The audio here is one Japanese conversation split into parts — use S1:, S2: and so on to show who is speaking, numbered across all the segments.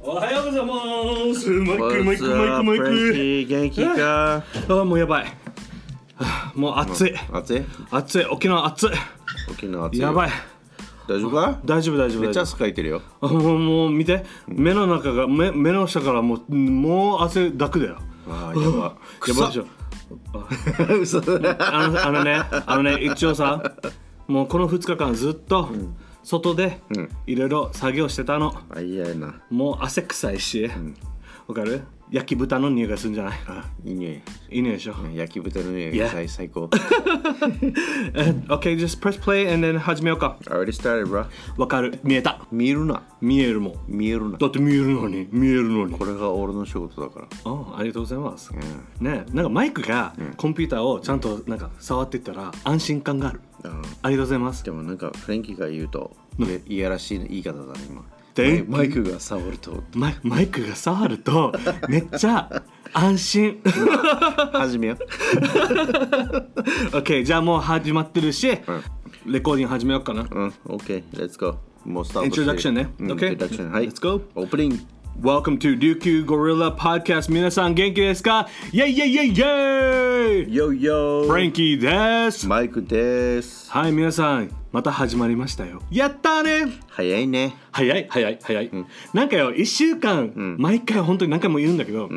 S1: おはようございますマイクマイク
S2: What's
S1: マイク
S2: up,
S1: マイク
S2: Frenchie? 元気か
S1: あーもうやばいはあもう暑い
S2: 暑い
S1: 暑い沖縄暑
S2: 沖縄暑
S1: い
S2: いよ
S1: やばい
S2: 大丈夫か
S1: 大丈夫大丈夫
S2: めっ
S1: 大
S2: ち
S1: 丈
S2: ゃ汗かいてるよ
S1: 夫あもうもう見て目の中が目目の下からもうもう汗だくだよ
S2: あーやば
S1: やばいでしょ
S2: ば 嘘だ
S1: あのあのねあのね一応さもうこの2日間ずっと外で
S2: うん
S1: いろいろ作業してたの
S2: あいやいな
S1: もう汗臭いしわ、かる焼き豚の匂いがするんじゃない
S2: いい匂い
S1: いい匂いでしょ
S2: 焼き豚の匂い
S1: Yeah.
S2: が最最高
S1: OK, just press play and then 始めようか。
S2: I already started bro
S1: わかる。見えた。
S2: 見るな
S1: 見えるもん。
S2: 見えるな
S1: だって見えるのに、見えるのに。
S2: これが俺の仕事だから
S1: あありがとうございます。
S2: ん
S1: ねなんかマイクがコンピューターをちゃんとなんか触ってったら安心感がある。
S2: あー
S1: ありがとうございます
S2: で。もなんかフレンキーが言うといやいやらしい言い方だね今
S1: で
S2: マイマイクが触ると
S1: マイマイクが触る とめっちゃ安心。
S2: 始めよう
S1: OK、じゃあもう始まってるし、レコーディング始めようかな。
S2: うん OK Let's go もうスタートして
S1: Introduction ね。
S2: うん
S1: OK。
S2: Introduction はい
S1: Let's go.
S2: オープニング
S1: Welcome to 琉球ゴリラ Podcast。皆さん元気ですかイェイイェイイェイイェイ
S2: Yo yo
S1: フランキーです。
S2: マイクです。
S1: はい皆さんまた始まりましたよやったーね
S2: 早いね。
S1: 早い早い早い、なんかよ1週間、毎回本当に何回も言うんだけど、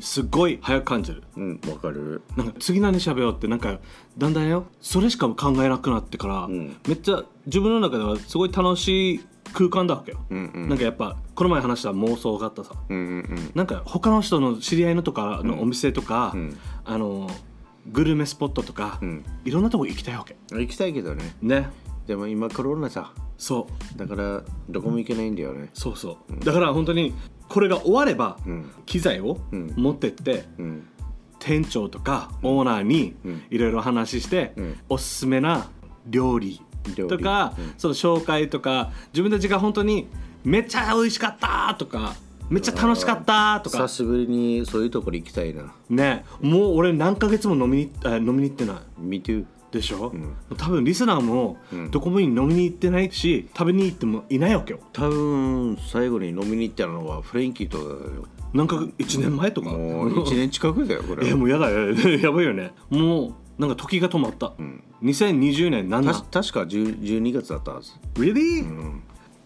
S1: すっごい早く感じる
S2: うん、わかる。
S1: なんか次何喋ようってなんかだんだんよそれしか考えなくなってから、めっちゃ自分の中ではすごい楽しい空間だわけよ、なんかやっぱこの前話した妄想があったさ、
S2: うんうん
S1: なんか他の人の知り合いのとかのお店とか、あのグルメスポットとか、
S2: ん
S1: いろんなとこ行きたいわけ
S2: うん。行きたいけどね。
S1: ね
S2: でも今コロナさ。
S1: そう
S2: だからどこも行けないんだよね。
S1: そうそうだから本当にこれが終われば、
S2: ん
S1: 機材を
S2: ん
S1: 持ってって、
S2: うん。
S1: 店長とかオーナーにいろいろ話して、
S2: ん
S1: おすすめな料理
S2: 料
S1: と
S2: 理
S1: か、その紹介とか自分たちが本当にめっちゃ美味しかったとかめっちゃ楽しかったと
S2: 久
S1: か
S2: しぶりにそういうところ行きたいな。
S1: ねもう俺何ヶ月も飲みにあ飲みに行ってない
S2: Me too。
S1: でしょ、多分リスナーもどこも飲みに行ってないし食べに行ってもいないわけよ
S2: 多分最後に飲みに行ったのはフレンキーとだよ。
S1: なんか1年前とか
S2: も う一年近くだよこれ
S1: え。もうやだよ やばいよねもうなんか時が止まった、2020年何
S2: た
S1: だ
S2: 確か10 12月だったはず。
S1: Really?、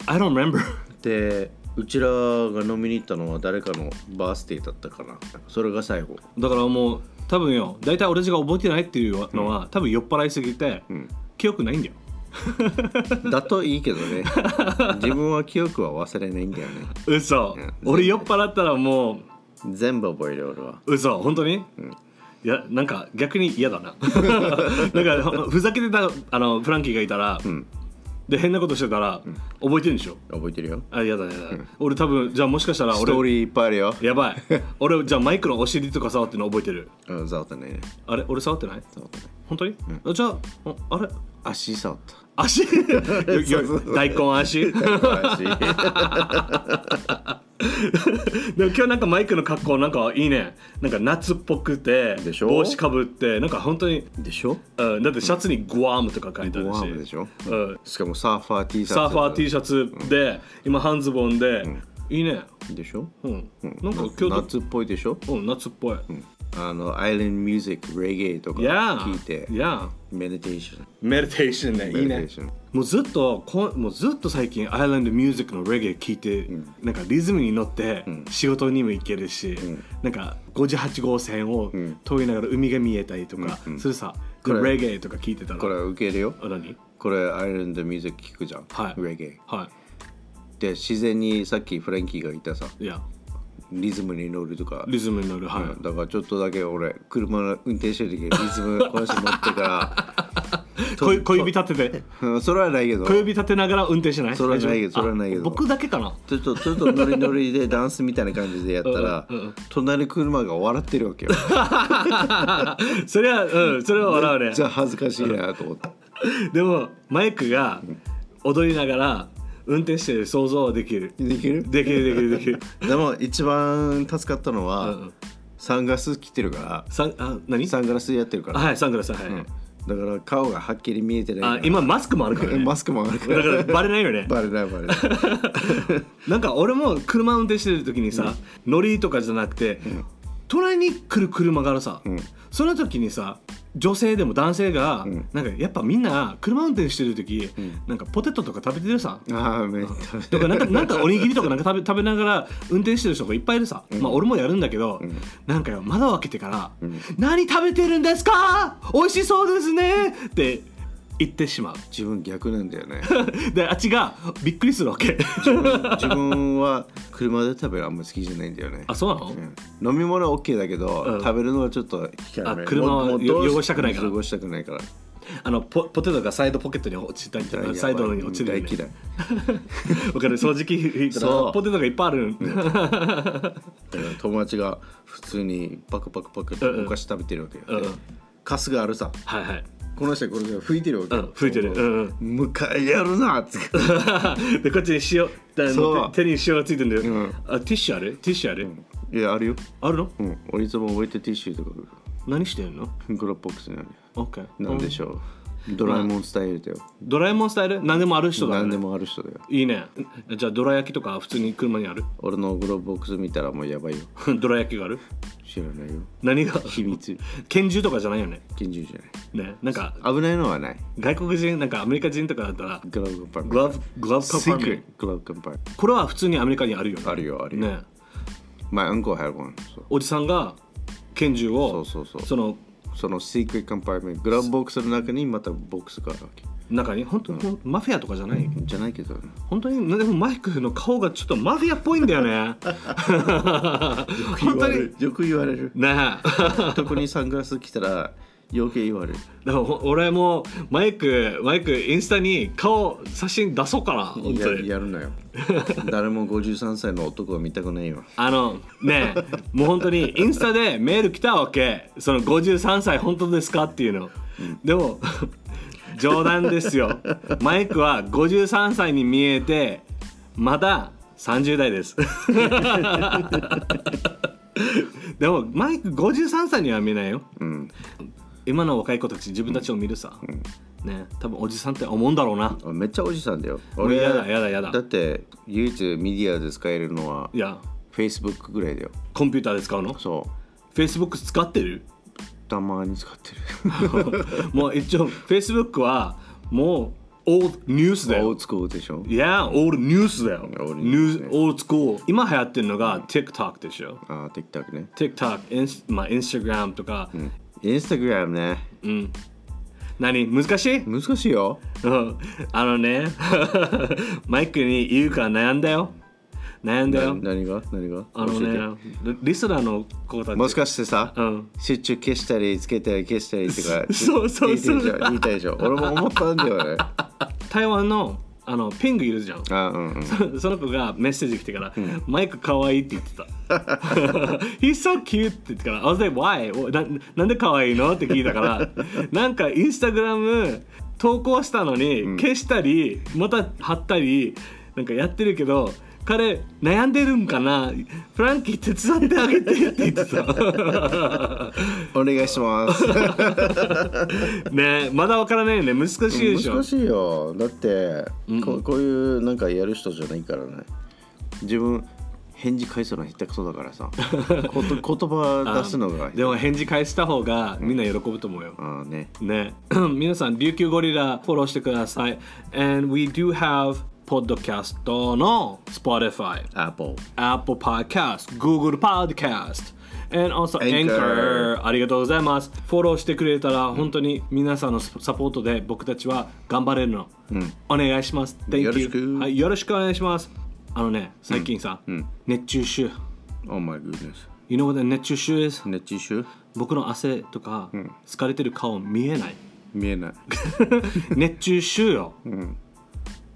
S1: I don't remember
S2: で、うちらが飲みに行ったのは誰かのバースデーだったかな。それが最後。
S1: だからもう多分よ大体俺たちが覚えてないっていうのは、多分酔っ払いすぎて、記憶ないんだよ
S2: だといいけど ね自分は記憶は忘れないんだよね
S1: 嘘、
S2: うん
S1: 俺酔っ払ったらも
S2: 全部覚える俺は
S1: う嘘本当に、いやなんか逆に嫌だな なんかふざけてたあのフランキーがいたら、で変なことしてたら、覚えてるんでしょ
S2: 覚えてるよ
S1: あ嫌だ嫌だ、俺多分じゃあもしかしたら
S2: ス
S1: 俺
S2: トーリーいっぱいあるよ
S1: やばい俺じゃあマイクのお尻とか触ってるの覚えてる
S2: うん触ったね
S1: あれ俺触ってない
S2: 触ったね
S1: 本当に、あじゃあああれ
S2: 足触った
S1: 足 よよ大根足 でも今
S2: 足
S1: 日なんかマイクの格好なんかいいねなんか夏っぽくて
S2: でしょ
S1: 帽子かぶってなんか本当 に、
S2: でしょ
S1: うん、だってシャツにグアムとか書いてあるし
S2: グアムでしょ
S1: うん、
S2: しかもサーファー T シャツ
S1: サーファー T シャツで、今半ズボンで、いいね
S2: でしょ
S1: うん、
S2: うん
S1: なんか今日
S2: 夏っぽいでしょ
S1: うん、夏っぽい、
S2: あのアイランドミュージックレゲエとか
S1: いや
S2: 聞いて
S1: いや
S2: メディテーション
S1: メディテーションねいい
S2: メディ
S1: ね
S2: テーション
S1: もうずっとこもうずっと最近アイランドミュージックのレゲエ聴いて、なんかリズムに乗って仕事にも行けるし、なんか58号線を通りながら海が見えたりとか、それさ、
S2: これ
S1: レゲエとか聞いてたら
S2: これ受けるよ
S1: あ何
S2: これアイランドミュージック聞くじゃん
S1: はい
S2: レゲエ
S1: は
S2: で自然にさっきフレンキーが言ったさ
S1: いいや
S2: リズムに乗るとか
S1: リズムに乗るはい、
S2: だからちょっとだけ俺車の運転してる時にリズムこの人乗ってか
S1: 小小指立てて
S2: らうんそれはないけど
S1: 小
S2: ち
S1: 指立てながら運転しない
S2: それはない
S1: 大丈
S2: けど
S1: 夫
S2: それはないけど
S1: あ僕だけかな
S2: ょっとちょっとノリノリでダンスみたいな感じでやったら
S1: うんうんうん
S2: 隣の車が笑ってるわ けよ
S1: それはうんそれは笑うね
S2: じゃあ恥ずかしいなと思って
S1: でもマイクが踊りながら運転してる想像はできる
S2: できる
S1: できるできるできる
S2: でも一番助かったの
S1: う
S2: は、
S1: んうん
S2: サングラス着てるから
S1: さんあ何
S2: サングラスやってるから
S1: はい、サングラス、はい。
S2: うんだから顔がはっきり見えてないから
S1: あ今マスクもあるから、ね、
S2: マスクもあるか
S1: だ
S2: ら
S1: からバレないよね
S2: バレないバレない
S1: なんか俺も車運転してる時にさ、乗りとかじゃなくて、隣に来る車からさ、
S2: ん
S1: その時にさ女性でも男性が、
S2: ん
S1: なんかやっぱみんな車運転してる時、
S2: ん
S1: なんかポテトとか食べてるさ、
S2: ああめっちゃ
S1: とかなんかなんかおにぎりとかなんか食べ食べながら運転してる人がいっぱいいるさ、まあ俺もやるんだけど、なんかよ窓を開けてから「何食べてるんですか美味しそうですね」って言ってしまう。
S2: 自分逆なんだよね
S1: であっちがびっくりするわけ
S2: 自分は車で食べるあんま好きじゃないんだよね
S1: あそうなの、
S2: うん飲み物は OK だけど、
S1: うん
S2: 食べるのはちょっと控えめ
S1: あ車は
S2: もうどう
S1: よ汚したくないから
S2: 汚したくないから
S1: あのポポテトがサイドポケットに落ちたりとかサイドに落ちるよ
S2: 大嫌
S1: ね
S2: い
S1: わかる掃除機引いたら
S2: そう
S1: ポテトがいっぱいある、
S2: だから友達が普通にパクパクパクって
S1: うんうん
S2: お菓子食べてるわけよ、
S1: うんうん
S2: でカスがあるさ
S1: はいはい
S2: この人これで拭いてるわけ
S1: う
S2: よ、
S1: ん吹いてる、うんうん
S2: 向かいやるなっつって
S1: でこっちに塩だ
S2: そう
S1: 手手に塩がついてるんだよ、
S2: うん
S1: あティッシュあるティッシュある、
S2: いやあるよ、
S1: あるの
S2: うん、俺いつも置いてティッシュとか
S1: 何してんの
S2: 黒っぽくするのに
S1: ?OK
S2: なんでしょう、ドラえもんスタイルだよ、
S1: ドラえもんスタイル何でもある人だ、ね、
S2: 何でもある人だよ
S1: いいねじゃあどら焼きとか普通に車にある
S2: 俺のグローブボックス見たらもうやばいよ
S1: どら焼きがある
S2: 知らないよ
S1: 何が
S2: 秘密
S1: 拳銃とかじゃないよね
S2: 拳銃じゃない
S1: ねなんか
S2: 危ないのはない
S1: 外国人なんかアメリカ人とかだったら
S2: グローブコンパ
S1: グラブグラブカ
S2: シー
S1: パ
S2: ク
S1: ー
S2: レッ
S1: ン
S2: トグローブコンパク
S1: これは普通にアメリカにあるよね
S2: あるよあるよ、
S1: ね
S2: My uncle had one そう
S1: おじさんが拳銃を
S2: そうそうそう
S1: の
S2: そのシークレットコンパートメントグラブボックスの中にまたボックスがあるわけ
S1: 中に本当にこうマフィアとかじゃない、
S2: じゃないけど
S1: 本当にでもマイクの顔がちょっとマフィアっぽいんだよ ね 本当に
S2: よく言われ る
S1: ねえだか
S2: 特にサングラス着たら余計言われる
S1: らほ俺もマイクマイクインスタに顔写真出そうかな本
S2: や
S1: 当に
S2: やる なよ誰も53歳の男は見たくないよ
S1: あのねえもう本当にインスタでメール来たわけその53歳本当ですかっていうの、でも 冗談ですよマイクは53歳に見えてまだ30代です でもマイク53歳には見えないよ
S2: うん
S1: 今の若い子たち自分たちを見るさ、ねえ多分おじさんって思うんだろうな
S2: あめっちゃおじさんだよ
S1: 俺やだやだやだ
S2: だって唯一メディアで使えるのはい
S1: や
S2: Facebook ぐらいだよ
S1: コンピューターで使うの
S2: そ
S1: Facebook 使ってる
S2: うたまに使ってる
S1: もう一応 Facebook はもうオールニュースだ
S2: オー
S1: よ
S2: ル。スクールでしょ
S1: いや、オールニュースだよ。ニ
S2: old
S1: ュース、オールスクール。今流行ってるのが TikTok でしょ。
S2: ああ TikTok ね
S1: TikTok、インスまあ、Instagram とか。
S2: Instagram ね
S1: 何難しい、
S2: 難しいよ
S1: うん あのね、マイクに言うから悩んだよ。悩んだよ
S2: な。何が何が
S1: あ
S2: 教えて
S1: のね、リリスナーの子たち。
S2: もしかしてさ、
S1: うん
S2: 集中消したりつけたり消したりと か
S1: そうそうそう
S2: 言ってるじゃん言いたいでしょ俺も思ったんだよね
S1: 台湾のあのピングいるじゃん。
S2: あうん うん
S1: その子がメッセージ来てから、マイク可愛いって言ってた。He's so cute って言ってから、I was like, why? ななんで可愛いのって聞いた から、なんかインスタグラム投稿したのに、消したり、また貼ったり、なんかやってるけど、彼悩んでるんかなフランキー手伝ってあげてって言って た
S2: お願いします
S1: ねえまだわからないよね難しいでしょ
S2: 難しいよだって、ここういうなんかやる人じゃないからね自分返事返すの下手くそだか らさこと言葉出すのが
S1: でも返事返した方がみんな喜ぶと思うよ、
S2: ああね
S1: ね 皆さん琉球ゴリラフォローしてください and we do have ポッドキャストの Spotify
S2: Apple
S1: Apple Podcast Google Podcast and also
S2: Anchor
S1: Anchor ありがとうございますフォローしてくれたら本当に皆さんのサポートで僕たちは頑張れるの、お願いします Thank you
S2: よろしく
S1: はい、よろしくお願いしますあのね最近さ、熱中症
S2: Oh my goodness
S1: You know what a 熱中症 is?
S2: 熱中症
S1: 僕の汗とか疲れてる顔見えない、
S2: 見えない
S1: 熱中症よ、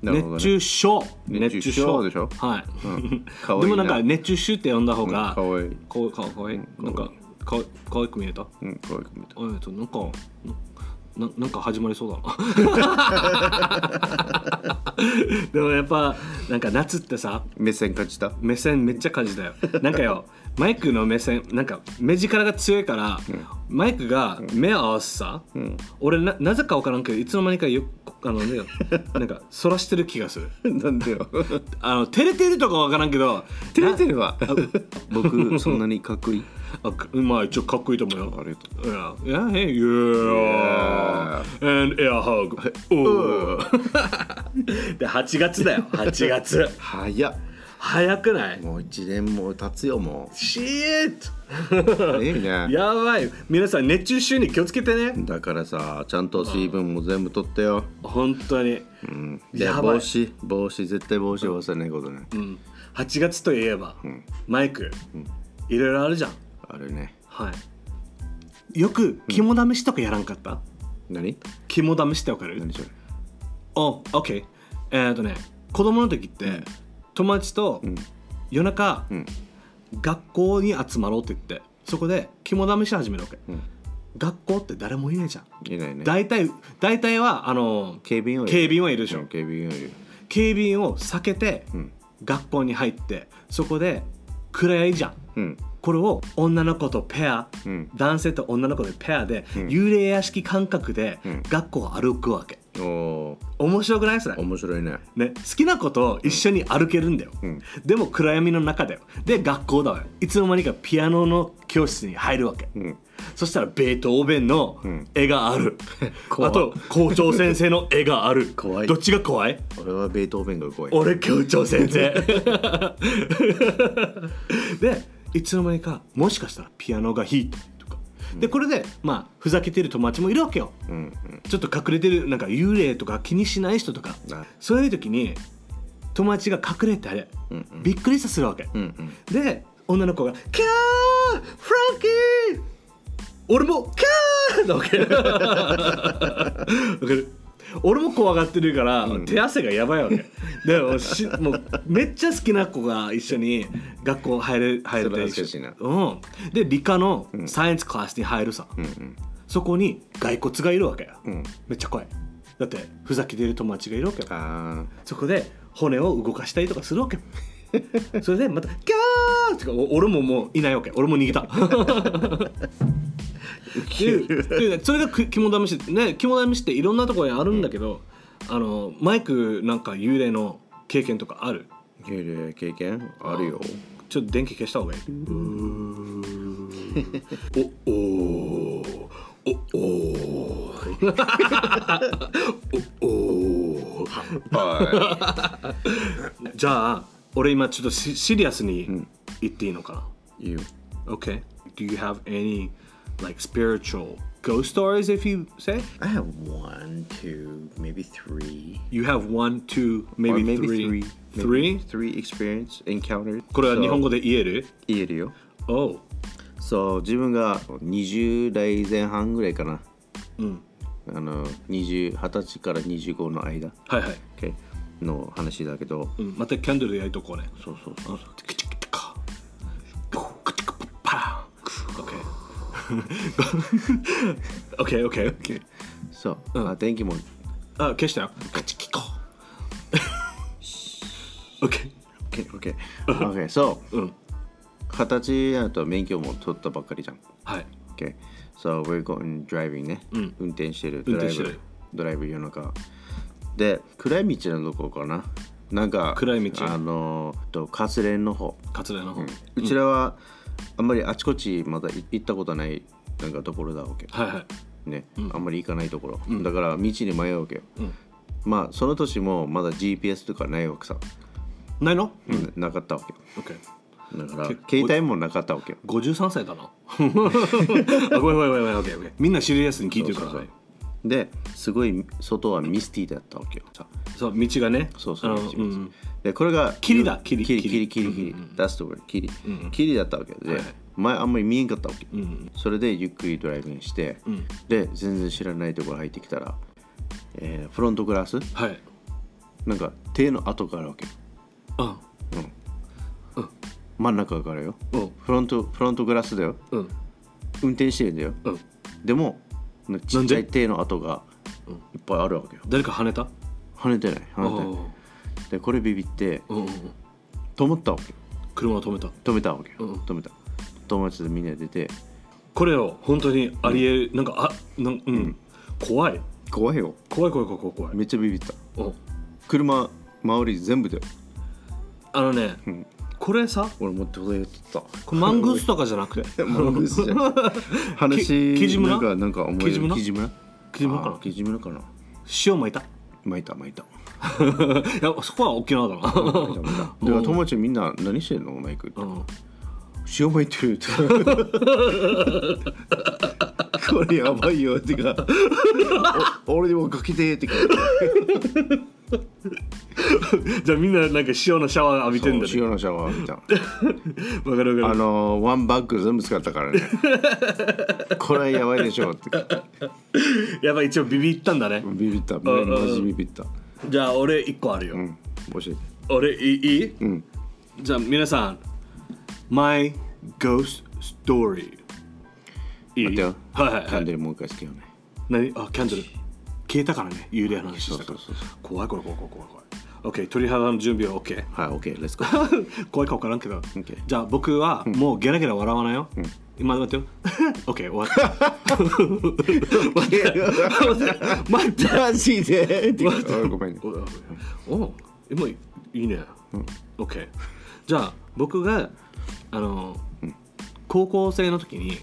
S2: なるほ
S1: 熱
S2: どね
S1: 中症
S2: 熱中症でしょ
S1: はい、
S2: かわ
S1: で
S2: い
S1: も
S2: いな
S1: なんか熱中症って呼んだ方が、
S2: うんかわいい
S1: こうかかわいいなんかかわかわいく見えた
S2: うん可愛く見えた
S1: えっとなんかななんか始まりそうだな でもやっぱなんか夏ってさ
S2: 目線感じた
S1: 目線めっちゃ感じだよなんかよマイクの目線なんか目力が強いから、マイクが目を合わすさ、
S2: ん
S1: 俺ななぜか分からんけどいつの間にかよあのねなんかそらしてる気がする
S2: なんでよ
S1: あの照れてるとか分からんけど
S2: 照れてるわ 僕そんなにかっこいい
S1: あかまあ一応かっこいいと思うよ
S2: ありがとう
S1: Yeah, yeah, hey, yeah. And air hug. で8月だよ8月
S2: 早っ
S1: 早くない
S2: もう1年も経つよも
S1: Shit!
S2: ういいね
S1: やばい皆さん熱中症に気をつけてね
S2: だからさちゃんと水分も全部取ってよ、
S1: 本当に、
S2: うん、で
S1: やばい
S2: 帽子帽子絶対帽子忘れないことね、
S1: うん、8月といえば、マイク、いろいろあるじゃん
S2: あるね
S1: はいよく肝試しとかやらんかった、
S2: 何
S1: 肝試しってわかる
S2: 何それ
S1: お、OK。えーっとね、子供の時って、友達と夜中、
S2: ん
S1: 学校に集まろうって言って、そこで肝試し始めるわけ。
S2: ん
S1: 学校って誰もいないじゃん。
S2: いないね
S1: 大体、大体は、あの、
S2: 警備員はいる
S1: 警備員はいるでしょ。
S2: 警備員はいる
S1: 警備員を避けて、
S2: ん
S1: 学校に入って、そこで暗いじゃん。
S2: うん
S1: これを女の子とペア、
S2: うん
S1: 男性と女の子でペアで、幽霊屋敷感覚で
S2: ん
S1: 学校を歩くわけ。
S2: お
S1: 面白くないですね
S2: ー。面白いね
S1: ね、好きなことを一緒に歩けるんだよ、
S2: ん
S1: でも暗闇の中だよで学校だわよいつの間にかピアノの教室に入るわけ、
S2: うん
S1: そしたらベートーベンの
S2: ん
S1: 絵がある、
S2: 怖い
S1: あと校長先生の絵がある
S2: 怖い
S1: どっちが怖い
S2: 俺はベートーベンが怖い
S1: 俺校長先生でいつの間にかもしかしたらピアノが弾いたりとかでこれでまあふざけてる友達もいるわけよ
S2: うんうん
S1: ちょっと隠れてるなんか幽霊とか気にしない人とか
S2: な
S1: そういう時に友達が隠れてあれ、
S2: うんうん
S1: びっくりさせるわけ、
S2: うんうん
S1: で女の子が「キャーフランキー!」俺も「キャー!」だわ けわかる俺も怖がってるから、手汗がやばいわけでもしもうめっちゃ好きな子が一緒に学校入れ入れて
S2: それは恥ずかしいな
S1: うん、で理科のサイエンスクラスに入るさ、
S2: うんうん
S1: そこに骸骨がいるわけよ、
S2: うん
S1: めっちゃ怖いだってふざけてる友達がいるわけよ
S2: あ
S1: そこで骨を動かしたりとかするわけ それでまた「キャー!」ってかお俺ももういないわけ俺も逃 げたっていうっていうそれがく肝試しね肝試しっていろんなところにあるんだけど、あのマイクなんか幽霊の経験とかある
S2: あ幽霊経験あるよ
S1: ちょっと電気消した方がいい。 おおーおおーおおー
S2: は
S1: じゃあ俺今ちょっとシシリアスに言っていいのか
S2: いいいよ
S1: な、?OK Do you have any like spiritual ghost stories if you say?
S2: I have one two maybe three
S1: You have one, two,
S2: or
S1: maybe,
S2: maybe
S1: three.
S2: three
S1: Three?
S2: maybe three experience encounters
S1: これは日本語で言える
S2: 言えるよ
S1: ?Oh
S2: そう自分が20代前半ぐらいかな
S1: うん
S2: あの20 20歳から25の間、
S1: はいはい、
S2: OK の話だけど
S1: うん、またキャンドル焼いとこうね
S2: そうそうそう
S1: クチクチカクチクパーン OK OK OK
S2: そう、あ電気も
S1: あ消したよクチキコ OK
S2: OKOK OK そう
S1: うん
S2: 二十歳だと免許も取ったばっかりじゃん
S1: はい
S2: OK so we're going driving ね、
S1: ん
S2: 運転してる
S1: 運
S2: ドライ
S1: 転して
S2: ブ
S1: る
S2: ドライブ夜中で暗い道のとこかななんか
S1: 暗い道
S2: あのとカスレンの方
S1: カツレの方、
S2: うちらはあんまりあちこちまだい行ったことないなんかところだわけ
S1: はいはい
S2: ね、あんまり行かないところ、だから道に迷うわけよ、
S1: ん
S2: まあその年もまだ GPS とかないわけさ、
S1: ないの
S2: ななかったわけよ
S1: ?OK
S2: だから
S1: 結構
S2: 携帯もなかったわけよ
S1: 53歳 だなあごめんごめんごめんごめん OK OK みんなシリアスに聞いてるから
S2: そう
S1: はい
S2: ですごい外はミスティだったわけよさ
S1: そう道がね
S2: そうそう
S1: あの
S2: 道
S1: うんうん
S2: でこれが
S1: 霧だ霧
S2: 霧
S1: 霧
S2: 霧霧霧 That's the word 霧、霧だったわけで、
S1: はいはい
S2: 前あんまり見えんかったわけ、
S1: ん
S2: それでゆっくりドライブして、
S1: ん
S2: で全然知らないところ入ってきたら、えーフロントグラス
S1: はい
S2: なんか手の跡があるわけ
S1: あ
S2: 真ん中からよ
S1: うん
S2: フロントフロントグラスだよ
S1: うん
S2: 運転してるんだよ
S1: うん
S2: でもちっちゃい手の跡がいっぱいあるわけよ
S1: 誰か跳ねた
S2: 跳ねてない
S1: あ
S2: 跳ねてないでこれビビって
S1: うんうんうん
S2: 止まったわけよ
S1: 車を止めた
S2: 止めたわけよ
S1: うん
S2: 止めた友達でみんな出て
S1: これを本当にありえる、なんかあなん、うん
S2: うん
S1: 怖い
S2: 怖いよ
S1: 怖い怖い怖い怖い怖い
S2: めっちゃビビった
S1: お
S2: 車周り全部だよ、
S1: あのね
S2: うん、
S1: これさ
S2: 俺もってことやってた
S1: これマングースとかじゃなくて
S2: マング ースじゃな 話
S1: きキジムラ
S2: なんかなんか思い出
S1: キジムラ
S2: キジムラ
S1: キジムラかな
S2: あーキジムラかな
S1: 塩巻いた
S2: 巻いた巻いた
S1: いやそこは沖縄だな、
S2: 巻いた巻い ただから友達みんな何してんのマイクっ て
S1: うん、
S2: 塩巻いて るってこれやばいよってかお俺にもかけてってか
S1: じゃあみんななんか塩のシャワー浴びてんだね
S2: 塩のシャワーみたいな
S1: わかるわか
S2: あ
S1: る
S2: のーワンバッグ全部使ったからね これはやばいでしょって
S1: やっぱ一応ビビったんだね
S2: ビビった
S1: んう
S2: マ
S1: ん
S2: ジビビった
S1: じゃあ俺一個あるよ、
S2: うん教えて
S1: 俺いいいい
S2: うん
S1: じゃあ皆さん My Ghost Story いい
S2: 待ってよ
S1: はいはい
S2: キャ
S1: は
S2: ン
S1: い
S2: デルもう一回好きよね
S1: 何あキャンドル消えたからね幽霊の話したから
S2: そうそうそう
S1: 怖い怖い怖い怖い怖い怖い OK 鳥肌の準備は OK
S2: はい OK レッツ ゴー
S1: 怖いか分からんけど、
S2: OK
S1: じゃあ僕はもうゲラゲラ笑わないよ、今待ってよ OK 終わった待 って待って待って
S2: マジでって言うからおいごめんね
S1: おお今いいね、OK じゃあ僕があの、高校生の時に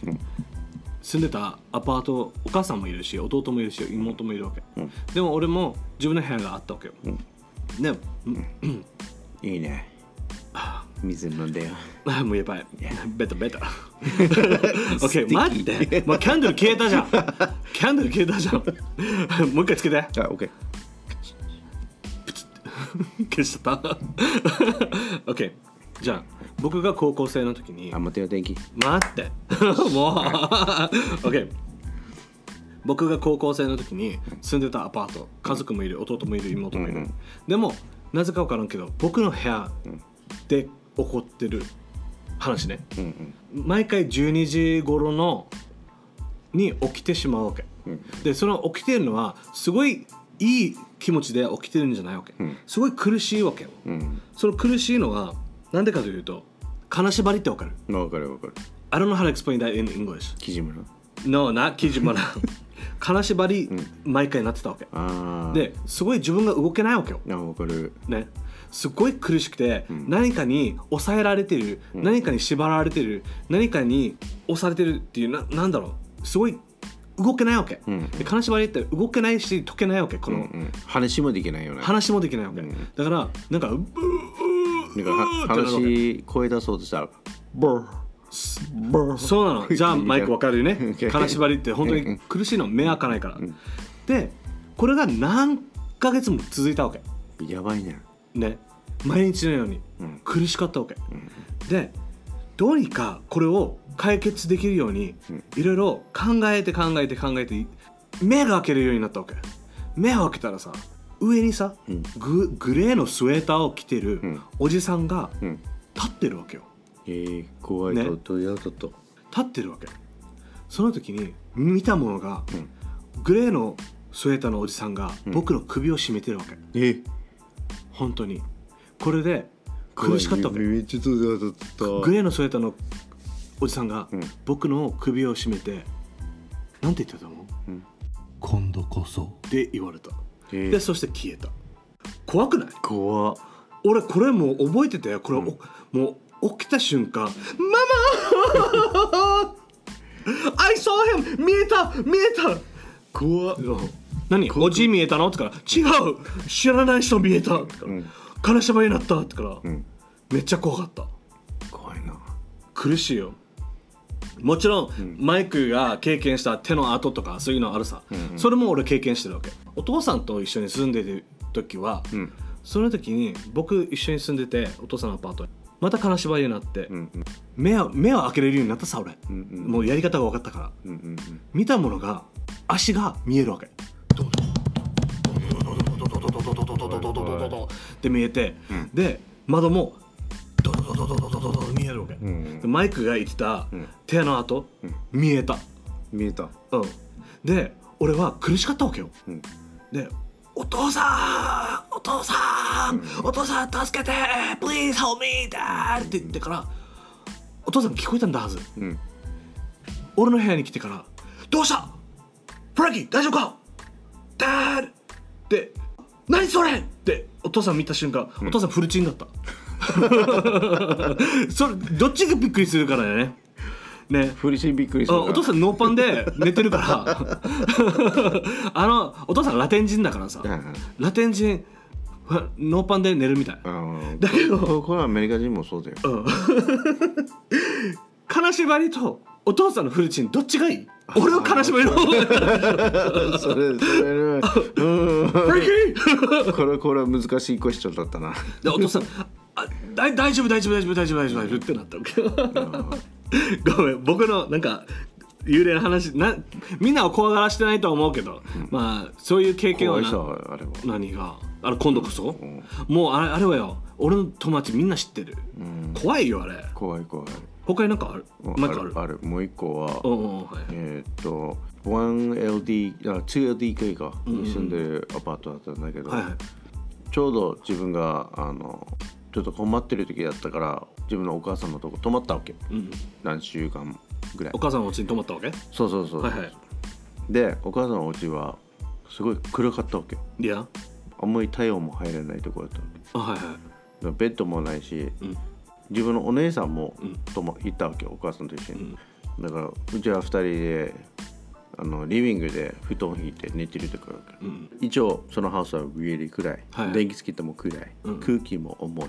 S1: 住んでたアパートお母さんもいるし弟もいるし妹もいるわけ、でも俺も自分の部屋があったわけよ、で
S2: いいね水飲んでよ
S1: あもうやばい。ベタベタ。
S2: ティ
S1: OK、
S2: キー
S1: 待 って。もうキャンドル消えたじゃん。キャンドル消えたじ ゃん。もう一回つけて。
S2: あ OK
S1: 消しちゃった。OK。じゃあ、僕が高校生の時に
S2: あ、待てよ電気
S1: 待って。 もう。OK。僕が高校生の時に住んでたアパート、家族もいる、弟もいる、妹もいる。
S2: うんうん
S1: でも、なぜかわからんけど、僕の部屋で起こってる話ね。
S2: うんうん
S1: 毎回12時頃のに起きてしまうわけ、
S2: うん
S1: でその起きてるのはすごいいい気持ちで起きてるんじゃないわけ、
S2: うん
S1: すごい苦しいわけよ
S2: うん
S1: その苦しいのはなんでかというと金縛りってわかる
S2: 分かる分かる
S1: I don't know how to explain that in English
S2: キジムラ
S1: No, not 記事も な金縛り、
S2: ん
S1: 毎回なってたわけ
S2: あー
S1: ですごい自分が動けないわけよ
S2: あ分かる
S1: ね、すごい苦しくて、
S2: ん
S1: 何かに抑えられてる、何かに縛られてる何かに押されてるっていうななんだろうすごい動けないわけ、
S2: うん
S1: で金縛りって動けないし解けないわけこ
S2: うんう
S1: の、
S2: ん話もできないよね
S1: 話もできないわけ、
S2: うん
S1: だからなんか「ブー
S2: なん
S1: ブ
S2: かは
S1: ー」ってなるわけ
S2: 話声出そうとしたらブーブー
S1: そうなのじ ゃあマイクわかるよね
S2: Okay
S1: 金縛りって本当に苦しいの目開かないから、でこれが何ヶ月も続いたわけ
S2: やばいね
S1: ね毎日のように
S2: うん
S1: 苦しかったわけ、でどうにかこれを解決できるように
S2: うん
S1: いろいろ考えて考えて考えて目が開けるようになったわけ目を開けたらさ上にさ、
S2: うん
S1: ググレーのスウェーターを着て
S2: う
S1: る
S2: ん
S1: おじさんが
S2: うん
S1: 立ってるわけよ
S2: えー、怖い
S1: ね
S2: ことやだと
S1: 立ってるわけその時に見たものが、
S2: うん
S1: グレーのスウェーターのおじさんが
S2: うん
S1: 僕の首を絞めてるわけ
S2: えー、
S1: 本当にこれで苦しかったわけ
S2: 怖いめっちゃとやだった
S1: グレーのスウェーターのおじさんが
S2: うん
S1: 僕の首を絞めて、なんて言ってたと思う
S2: うん
S1: 今度こそって言われた
S2: えー
S1: でそして消えた怖くない
S2: 怖っ
S1: 俺これもう覚えててこれ、おもう起きた瞬間「ママ I saw him! 見えた見えた!
S2: 怖っ」
S1: 何おじい見えたの?」ってから「違う知らない人見えた」ってから
S2: うん
S1: 「金縛りになった」ってから、
S2: うん
S1: めっちゃ怖かった
S2: 怖いな
S1: 苦しいよもちろん、マイクが経験した手の跡とかそういうのあるさ、
S2: んうん
S1: それも俺経験してるわけお父さんと一緒に住んでる時は、
S2: うん
S1: その時に僕一緒に住んでてお父さんのアパートにまた金縛りになって、
S2: うんうん
S1: 目を目を開けれるようになったさ俺、
S2: うんうん
S1: もうやり方が分かったから
S2: うんうんうん
S1: 見たものが足が見えるわけで見えて、で窓もドドドドドドドドド見えるわけ、
S2: ん
S1: でマイクが言ってた
S2: ん
S1: 手の跡、見えた、
S2: 見えた
S1: うん、で俺は苦しかったわけよ
S2: うん
S1: で「お父さんお父さん、お父さん助けて Please help me dad」って言ってから「お父さん聞こえたんだはず
S2: うん
S1: 俺の部屋に来てから「どうしたフランキー大丈夫か?」ダーッって「何それ!」ってお父さん見た瞬間、お父さんフルチンだった それどっちがびっくりするからねね
S2: フリシンびっくりす
S1: あ
S2: る
S1: お父さ
S2: ん
S1: んノーパンで寝てるから あのお父さんラテン人だからさラテン人はノーパンで寝るみたい
S2: うん
S1: だけど
S2: ここれはアメリカ人もそうだよ
S1: うん金縛りとお父さんのフルチンどっちがいい俺の金縛りの方がいい
S2: それそれうん
S1: フランキー
S2: これこれは難しいクエスチョンだったな
S1: でお父さんあだ大丈夫大丈夫大丈夫大丈夫大丈夫大丈夫ってなったわけ ごめん僕のなんか幽霊の話なみんなを怖がらしてないとは思うけど、まあそういう経験は
S2: 怖い
S1: な
S2: さあれは
S1: 何があれ今度こそ、
S2: ん
S1: もうあれあれはよ俺の友達みんな知ってる、
S2: うん
S1: 怖いよあれ
S2: 怖い怖い
S1: 他になんかある
S2: うん
S1: なんかある
S2: あるもう一個は
S1: うんうんはい
S2: えーっと 1LD あ 2LDK かに住んでるアパートだったんだけど、
S1: はいはい
S2: ちょうど自分があのちょっと困ってる時だったから自分のお母さんのとこ泊まったわけ
S1: うん
S2: 何週間ぐらい
S1: お母さんのお家に泊まったわけ
S2: そうそうそう、
S1: はいはい
S2: でお母さんのお家はすごい暗かったわけ
S1: いや
S2: あんまり太陽も入れないとこだったわけ
S1: あはいは
S2: だからベッドもないし、
S1: うん
S2: 自分のお姉さんも
S1: うん
S2: とも行ったわけお母さんと一緒
S1: い、う
S2: に、
S1: ん、
S2: だからうちは2人であのリビングで布団引いて寝てるとこだから
S1: うん
S2: 一応そのハウスは really 暗い、
S1: はい
S2: 電気つけても暗い、
S1: うん
S2: 空気も重い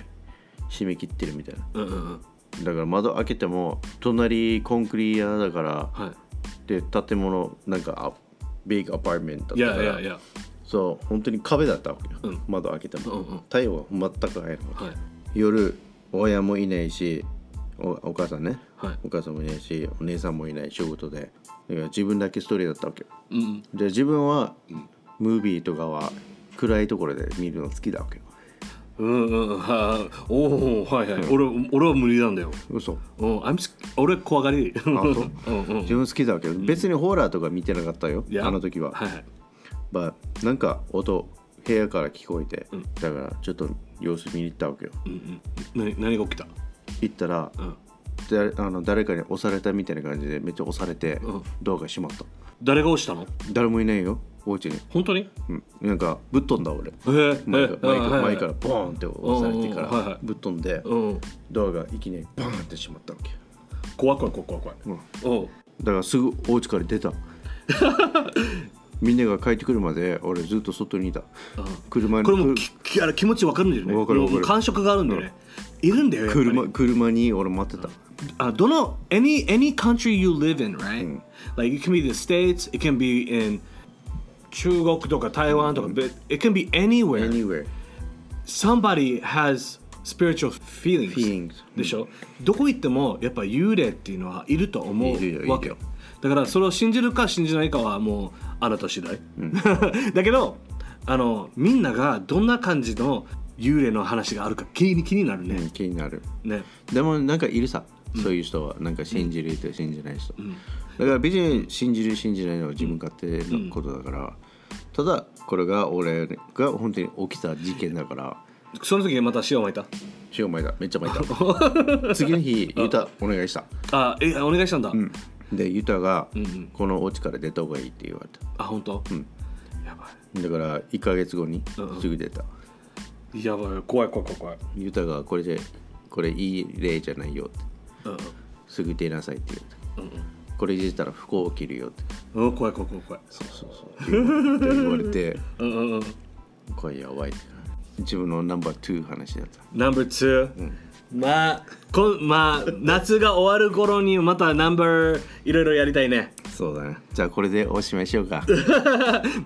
S2: 締め切ってるみたいな
S1: うんうんうん
S2: だから窓開けても隣コンクリ屋だから
S1: は
S2: で建物なんかあビッグアパートメント
S1: いい
S2: だった
S1: や
S2: か
S1: いや
S2: ら
S1: いや
S2: そう本当に壁だったわけよ、
S1: うん
S2: 窓開けて
S1: う
S2: も、
S1: んうん
S2: 太陽は全く入る
S1: はい
S2: 夜親もいないしおお母さんね
S1: はい
S2: お母さんもいないしお姉さんもいない仕事でだから自分だけストーリーだったわけよ
S1: うんうん
S2: で自分はムービーとかは暗いところで見るの好きだわけよ
S1: うんうんはいはいおおはいはい、俺俺は無理なんだよ、
S2: 嘘
S1: うん、I'm s- 俺怖がり うん
S2: そう
S1: うん
S2: 自分好きだわけよ別にホラーとか見てなかったよ、
S1: いや
S2: あの時は、
S1: はいはい
S2: But なんか音部屋から聞こえて、
S1: うん
S2: だからちょっと様子見に行ったわけよ
S1: うんうん何何が起きた
S2: 行ったら
S1: うん
S2: だあの誰かに押されたみたいな感じでめっちゃ押されて、
S1: うん
S2: ドアが閉まった
S1: 誰が落ちたの
S2: 誰もいないよお家に、
S1: 本当にへ
S2: うん、なんかぶっ飛んだ俺
S1: えへえ
S2: 前か前
S1: あ
S2: か
S1: はい
S2: 前からボーンって押されてか
S1: うんうんうんはいは
S2: ら
S1: い
S2: ぶっ飛んで
S1: うん
S2: ドアがいきなりバーンって閉まったわけよ
S1: 怖い怖い怖い怖い怖いうん
S2: だからすぐお家から出たみんなが帰ってくるまで俺ずっと外にいた車に
S1: これもききあれ気持ちわかるんだよね
S2: わかるわかる
S1: もう感触があるんだよね、いるんだよやっぱり
S2: 車車に俺待ってた
S1: あどの any any country you live in right、
S2: うん
S1: like it can be the states it can be in 中国とか台湾とか、but it can be anywhere
S2: Anywhere
S1: somebody has spiritual feelings,
S2: Feelings
S1: でしょ、どこ行ってもやっぱ幽霊っていうのはいると思
S2: いる
S1: う
S2: よ
S1: わけよだからそれを信じるか信じないかはもうあなた次第、 だけどあのみんながどんな感じの幽霊の話があるか気に気になる
S2: うん
S1: ね、
S2: 気になる
S1: ね
S2: でもなんかいるさそういう人はなんか信じる人信じない人
S1: ん
S2: だから別に信じる信じないのは自分勝手のことだからただこれが俺が本当に起きた事件だから
S1: その時にまた塩まいた
S2: 塩まいためっちゃまい た次の日ユタお願いした
S1: あえお願いしたんだ、
S2: でユタが
S1: んうん
S2: このお家から出た方がいいって言われた
S1: あ本当、
S2: ん
S1: やば
S2: だから1ヶ月後に
S1: うんうん
S2: すぐ出た
S1: いやばい怖い怖い怖い怖い、
S2: ユタがこれでこれいい例じゃないよって
S1: うん
S2: すぐ出なさいって言われ
S1: うんうん
S2: たこれいじったら不幸起きるよ って
S1: うん、うん、怖い怖い怖い怖い
S2: そうそうそうって言われて
S1: うんうんうん
S2: これやばいって自分のナンバー2話だった
S1: ナンバー2、まあこまあ夏が終わる頃にまたナンバーいろいろやりたいね
S2: そうだねじゃあこれでおしまいしようか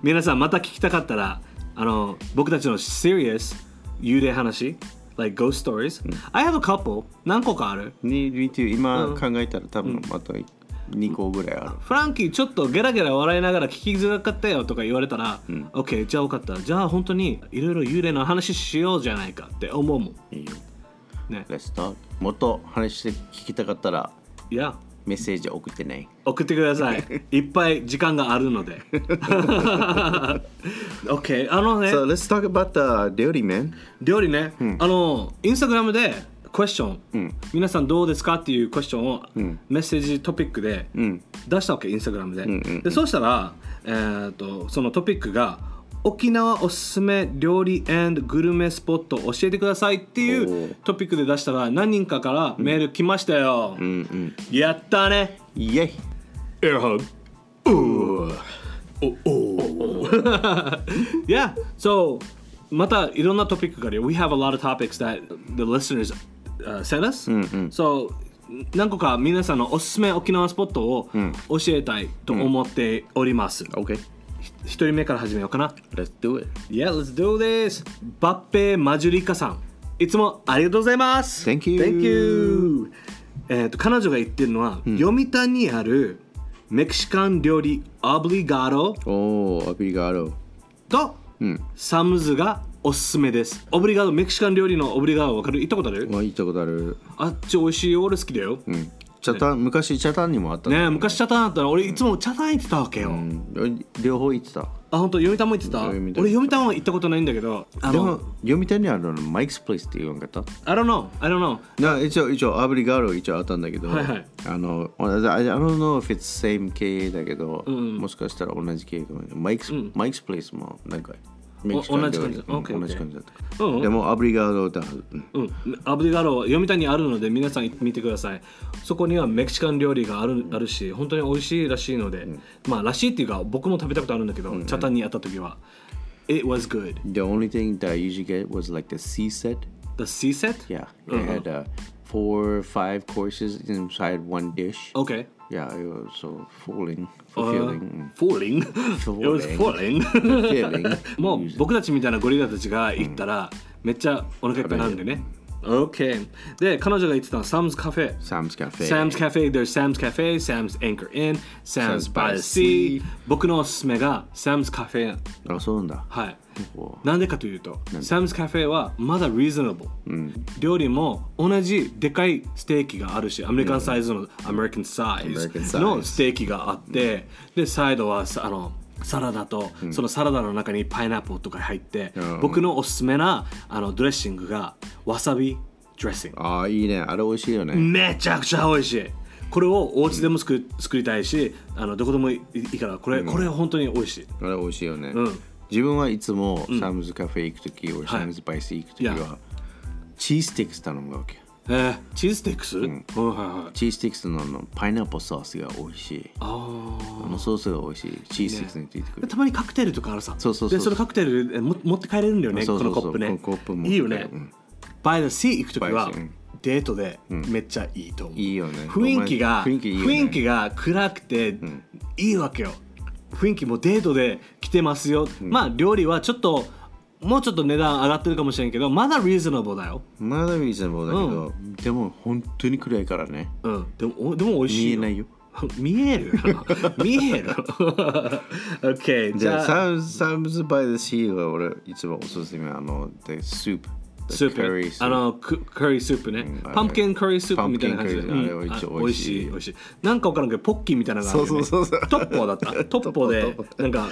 S1: 皆さんまた聞きたかったらあの僕たちの serious 幽霊話 like ghost stories、I have a couple 何個かある
S2: に Me 今考えたら多分また2個ぐらいある
S1: フランキーちょっとゲラゲラ笑いながら聞きづらかったよとか言われたら、OK じゃあ分かったじゃあ本当にいろいろ幽霊の話しようじゃないかって思うもん
S2: いいよ
S1: ね
S2: Let's talk もっと話して聞きたかったら
S1: いや
S2: メッセージ送ってね
S1: 送ってくださ いいっぱい時間があるので OK あのね
S2: So let's talk about the dairy man
S1: 料理ね、あのインスタグラムでクエスチョン、
S2: うん
S1: 皆さんどうですかっていうクエスチョンを
S2: うん
S1: メッセージトピックで
S2: うん
S1: 出したわけインスタグラムで,、
S2: んうんうん
S1: でそうしたら、えー、とそのトピックが沖縄おすすめ料理グルメスポット教えてくださいってい
S2: おー
S1: うトピックで出したら何人かからメール来ましたよ、
S2: うんうん
S1: やったね
S2: イエイ
S1: エアハグおお Yeah so またいろんなトピックがあるよ We have a lot of topics that the listeners、uh, send us、
S2: うんうん
S1: So 何個か皆さんのおすすめ沖縄スポットを教えたいと思っております、
S2: OK
S1: 一人目から始めようかな
S2: Let's do it
S1: Yeah let's do this バッペマジュリカさんいつもありがとうございます
S2: Thank you
S1: Thank you えーと彼女が言ってるのは、読谷にあるメキシカン料理アブリガード
S2: おおアピリガーロ
S1: と、サムズがおすすめですオブリガードメキシカン料理のオブリガードわかる行ったことある、
S2: は行ったことある
S1: あっち美味しいよ俺好きだよ、
S2: うんチャタン昔チャタンにもあった
S1: ねえ昔チャタンだったら俺いつもチャタン行ってたわけよ、
S2: うん両方行ってた
S1: あ本当読谷も行ってた
S2: 読谷
S1: 俺読谷は行ったことないんだけどあ
S2: でも
S1: の
S2: 読谷にあるのマイクスプレイスって言わんかった
S1: I don't know I don't know
S2: な一応一応アブリガーロ一応あったんだけど、
S1: はいはい
S2: あの同じ I don't know if it's same 系だけど、
S1: ん
S2: もしかしたら同じ系かもねマイクス、マイクスプレイスもなんかメキシカン
S1: 同じ感じ
S2: 料理
S1: OK
S2: うん同じ感じだった、
S1: うんうん
S2: でもアブリガーロだ、うん
S1: うん、アブディガロ読谷にあるので皆さん見てくださいそこにはメキシカン料理がある,、あるし本当に美味しいらしいので、まあらしいっていうか僕も食べたことあるんだけど、チャタンにあった時は It was good
S2: The only thing that I usually get was like the C set
S1: The sea set?
S2: yeah it had、uh, four or five courses inside one dish
S1: Okay
S2: yeah it was so fulfilling
S1: Uh,
S2: fulfilling、
S1: falling? It was falling?
S2: fulfilling
S1: もう僕たちみたいなゴリラたちが行ったら、めっちゃお腹いっぱいなんでね OK で彼女が言ってたのはサムズカフェ
S2: Sam's Cafe
S1: Sam's Cafe, there's Sam's Cafe, Sam's Anchor Inn, Sam's
S2: Sam's
S1: by
S2: by
S1: the
S2: the
S1: Sea.
S2: Sea
S1: 僕のおすすめが Sam's Cafe。
S2: あそうなんだ
S1: はい。
S2: お
S1: なんでかというと、Sam's Cafe はまだ reasonable。料理も同じでかいステーキがあるし、アメリカンサイズの American
S2: American
S1: size
S2: size
S1: のステーキがあって、で、サイドはさあの、サラダと、そのサラダの中にパイナップルとか入って、
S2: ん
S1: 僕のおすすめなあのドレッシングがわさびドレッシング。
S2: あいいねあれ美味しいよね、
S1: めちゃくちゃ美味しいこれをお家でも作,、作りたいしあのどこでもいいいいからこれ、これ本当に美味しい
S2: あれ美味しいよね、
S1: ん
S2: 自分はいつもサムズカフェ行くとき、俺サムズバイス行くときは、
S1: い
S2: チーズスティックス頼むわけ
S1: えー、チーズステックス、うん、はいはい
S2: チーズスティックスのあのパイナップルソースが美味しいあ
S1: あ
S2: のソースが美味しいチーズスティックスについてく
S1: ー
S2: る
S1: たまにカクテルとかあるさ
S2: そうそうそう
S1: でそのカクテルえも持って帰れるんだよね
S2: そうそうそう
S1: このコップね
S2: このコップ持って
S1: いいよね、
S2: うん
S1: バイダシー行く時は
S2: by the sea うん
S1: デートでめっちゃいいと思う、
S2: いいよね
S1: 雰囲気が
S2: 雰囲気いいよね
S1: 雰囲気が暗くていいわけよ、雰囲気もデートで来てますよ、まあ料理はちょっともうちょっと値段上がってるかもしれんけどまだリーズナブルだよ
S2: まだリーズナブルだけど、でも本当に暗いからね
S1: うん、でもおでも美味し
S2: 見
S1: い
S2: えないよ
S1: 見える 見 える OK
S2: じ
S1: じ
S2: ゃ
S1: ゃ
S2: あ
S1: あ
S2: サムサムズバイスシーは俺一番おすすめあのでスープ
S1: スープ
S2: カリースープ
S1: あのクカリースープね、
S2: んあれ
S1: パンプキンカリースープみたいな感じで、
S2: パンプキンカリー
S1: うん
S2: あれは一応
S1: あ
S2: 美味し
S1: 美味しい
S2: い
S1: 美味しいなんかわからんけどポッキーみたいなのがあるよ、ね、
S2: そうそうそうそう
S1: トッポーだ ったトッポーでなんか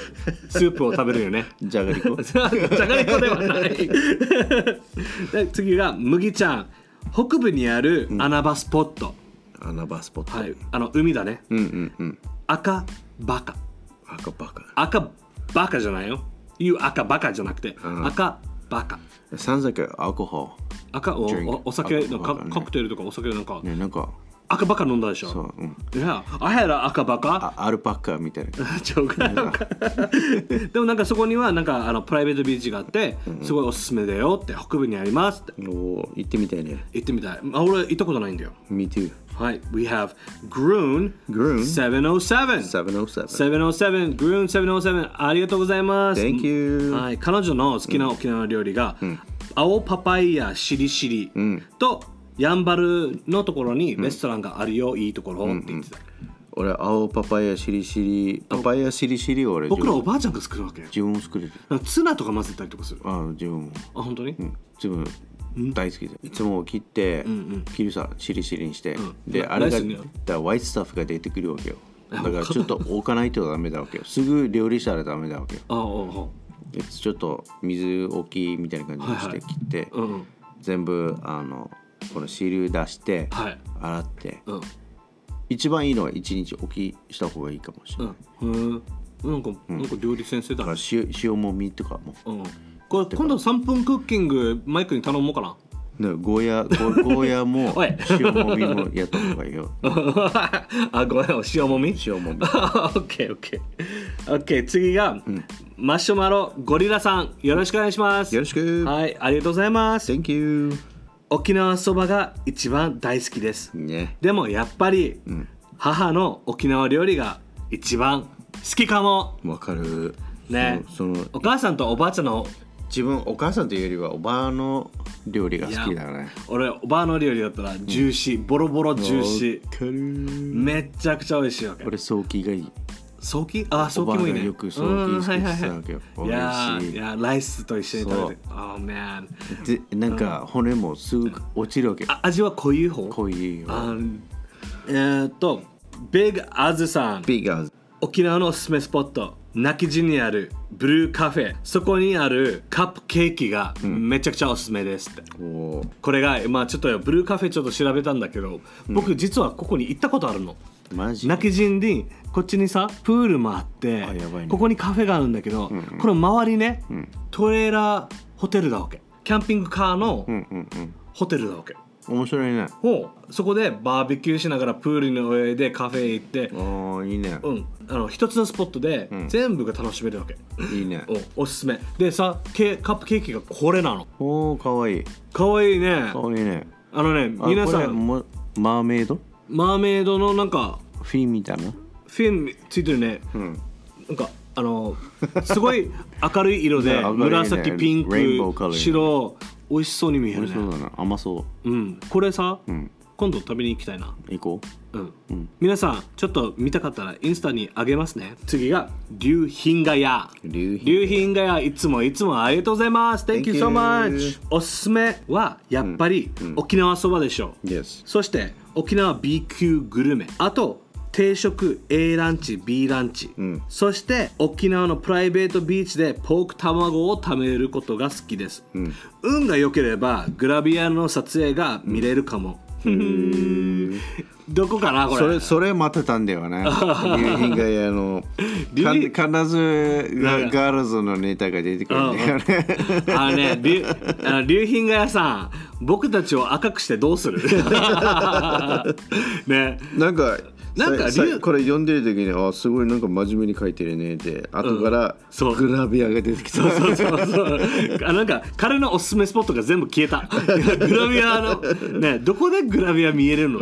S1: スープを食べるよね
S2: じゃがり こ
S1: じゃがりこではない で次が麦ちゃん北部にある穴場スポット、
S2: 穴場スポット、
S1: はいあの海だね、
S2: うんうんうん
S1: 赤バカ
S2: 赤バカ
S1: 赤バカじゃないよいう赤バカじゃなくて、
S2: ん
S1: 赤バカ
S2: Sounds like a alcohol.
S1: 赤お
S2: Drink
S1: おお酒の
S2: 赤
S1: カ
S2: バカね
S1: カクテルとかお酒なんか、
S2: ね、なんか、
S1: 赤バカ飲んだでしょ
S2: そう、うん。
S1: いや、あやら赤バカ
S2: あアルパカみたいな。
S1: ちゃうかなんかでもなんかそこにはなんかあのプライベートビーチがあってすごいおすすめだよって北部にありますって
S2: おー行ってみたいね。
S1: 行ってみたいあ俺行ったことないんだよ
S2: Me too.
S1: はい We have Groon
S2: Groon
S1: 707
S2: 707.
S1: 707 Groon 707ありがとうございます
S2: Thank you.
S1: はい、彼女の好きな沖縄料理が、青パパイヤしりしりとやんばるのところにレストランがあるよ、いいところって言ってた、
S2: 俺、青パパイヤしりしり。パパイヤしりしりを俺、
S1: 僕のおばあちゃんが作るわけよ
S2: 自分自分も作れる。
S1: なんかツナとか混ぜたりとかするあ
S2: あ自分も。
S1: 本当に、
S2: うん自分大好きで。いつも切って、切るさ、しりしりにして。で、
S1: な
S2: あれ
S1: ラ
S2: が、
S1: イスに
S2: だワイトスタッフが出てくるわけよ。だからちょっと置かないとダメだわけよ。すぐ料理したらダメだわけよ。
S1: あああ
S2: でちょっと水置きみたいな感じにして切って。
S1: あうんうん
S2: 全部あのこの支流出して
S1: はい
S2: 洗って
S1: うん
S2: 一番いいのは一日置きした方がいいかもしれない、
S1: うんへえなんかなんか料理先生だ
S2: だか
S1: ね
S2: ら塩塩もみとかも
S1: うんこれ今度3分クッキングマイクに頼もうか な
S2: ねゴーヤゴーゴーヤ も
S1: おい
S2: 塩もみもやった方がいいよ
S1: あごめんお塩もみ
S2: 塩もみ
S1: オッケーオッケーオッケー次が、マシュマロゴリラさんよろしくお願いします
S2: よろしく
S1: はいありがとうございます、
S2: Thank you
S1: 沖縄そばが一番大好きです
S2: ね
S1: でもやっぱり、母の沖縄料理が一番好きかも
S2: わかる
S1: ね
S2: そのその
S1: お母さんとおばあちゃんの
S2: 自分お母さんというよりはおばあの料理が好きだね
S1: 俺おばあの料理だったらジューシー、ボロボロジューシ
S2: わかる
S1: ーめっちゃくちゃ美味しいわけ
S2: 俺早期がいい
S1: ソーキあソ
S2: お
S1: ー
S2: ばあ
S1: キもいい
S2: が
S1: ね
S2: よくソ
S1: う
S2: ー
S1: ん
S2: キ好
S1: はい
S2: き
S1: はい
S2: にしてたわ
S1: は
S2: けよ
S1: いいや
S2: 美味
S1: ー
S2: し
S1: い
S2: い
S1: やーライスと一緒に食べて Oh man
S2: でなんか骨もすぐ落ちるわけ
S1: あ味は濃い方
S2: 濃いよ
S1: あえー、っとビッグアズさん
S2: ビガー
S1: 沖縄のおすすめスポット泣き地にあるブルーカフェそこにあるカップケーキがめちゃくちゃおすすめですって、
S2: おー
S1: これがまあちょっとブルーカフェちょっと調べたんだけど僕実はここに行ったことあるの、
S2: マジ
S1: 泣き陣でこっちにさプールもあって
S2: あやばいね
S1: ここにカフェがあるんだけど、この周りね、トレーラーホテルだわけキャンピングカーの
S2: うんうんうん
S1: ホテルだわけ、
S2: 面白いね
S1: ほうそこでバーベキューしながらプールの上でカフェへ行って、
S2: おーいいね
S1: うん、あの一つのスポットで
S2: ん
S1: 全部が楽しめるわけ、
S2: いいね
S1: おおすすめでさケカップケーキがこれなの
S2: おおかわいい
S1: かわいいね
S2: かわいいね
S1: あのね
S2: あ
S1: 皆さ
S2: これ
S1: ん
S2: もマーメイド
S1: マーメイドのなんか
S2: フィンみたいな
S1: フィンついてるね、なんかあのすご い明るい色で
S2: ね明るいね
S1: 紫ピンク
S2: レインボーカラー
S1: 白美味しそうに見える
S2: 美味しそう
S1: ね
S2: だな甘そ
S1: うんこれさ、
S2: ん
S1: 今度食べに行きたいな
S2: う行こ
S1: うん、
S2: うん
S1: 皆さんちょっと見たかったらインスタにあげますね次が竜品がや
S2: う流
S1: 竜品がやいつもいつもありがとうございます Thank you so
S2: Thank you
S1: much おすすめはやっぱり沖縄そばでしょう、
S2: Yes
S1: そして沖縄 B 級グルメあと定食 A ランチ B ランチ、
S2: ん
S1: そして沖縄のプライベートビーチでポーク卵を食べることが好きです、運が良ければグラビアの撮影が見れるかも、どこかなこれ
S2: それそれ待ってたんだ よね竜品が家の
S1: 竜
S2: か
S1: 兵
S2: 必ずガガールズのネタが出てくるんだよね
S1: あのね、りゅあの流品が屋さん、僕たちを赤くしてどうする ね、
S2: なんか
S1: なんか
S2: さ
S1: 竜
S2: さこれ読んでる時にあすごいなんか真面目に書いてるねって後から
S1: そう
S2: グラビアが出てきた、
S1: そうそうそう。あなんか彼のおすすめスポットが全部消えた。グラビアのね、どこでグラビア見えれるの？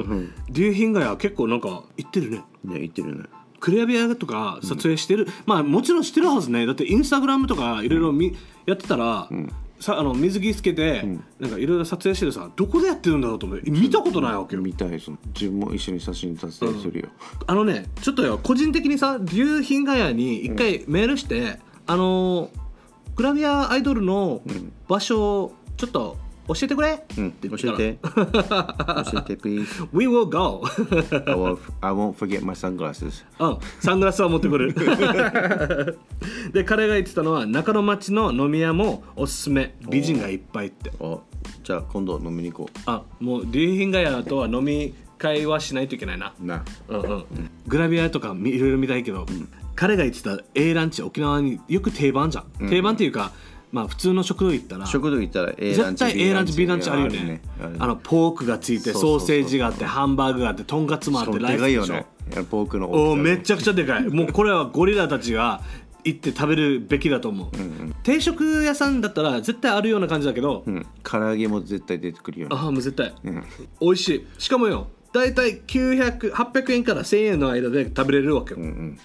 S1: 流品が屋結構なんか行ってるね。
S2: ね言ってるね
S1: グラビアとか撮影してる、まあもちろんしてるはずねだってインスタグラムとかいろいろみやってたら、さあの水着つけて、なんかいろいろ撮影してるさどこでやってるんだろうと思って見たことないわけよ
S2: 見たいその自分も一緒に写真撮影するよ、
S1: あのねちょっとよ個人的にさ竜品が屋に一回メールして、あのーグラビアアイドルの場所をちょっと教えてくれ、
S2: うん、教えて 教えて please
S1: We will go!
S2: I won't, I won't forget my sunglasses
S1: うん、サングラスは持ってくる で彼が言ってたのは中野町の飲み屋もおすすめ美人がいっぱいって
S2: あじゃあ今度飲みに行こ
S1: あもう竜品が屋とは飲み会はしないといけないな
S2: うな
S1: うんうんグラビアとかみいろいろ見たいけど、彼が言ってた A ランチ沖縄によく定番じゃん、定番っていうかまあ普通の食堂行ったら
S2: 食堂行ったら A ラン
S1: 絶
S2: チ
S1: 対 A ランチ B ランチあるよね
S2: あ
S1: あ
S2: る
S1: のポークがついて
S2: そうそうそう
S1: ソーセージがあってハンバーグがあってとんかつもあっ
S2: しか
S1: て
S2: も
S1: ライ
S2: で
S1: ス
S2: かい
S1: で
S2: よ
S1: しょ
S2: ねポークの
S1: おー
S2: 大きさ
S1: めちゃくちゃでかいもうこれはゴリラたちが行って食べるべきだと思う、定食屋さんだったら絶対あるような感じだけど、
S2: うん唐揚げも絶対出てくるよね
S1: ああもう絶対、美味しいしかもよ大体900800円から1000円の間で食べれるわけよ、ね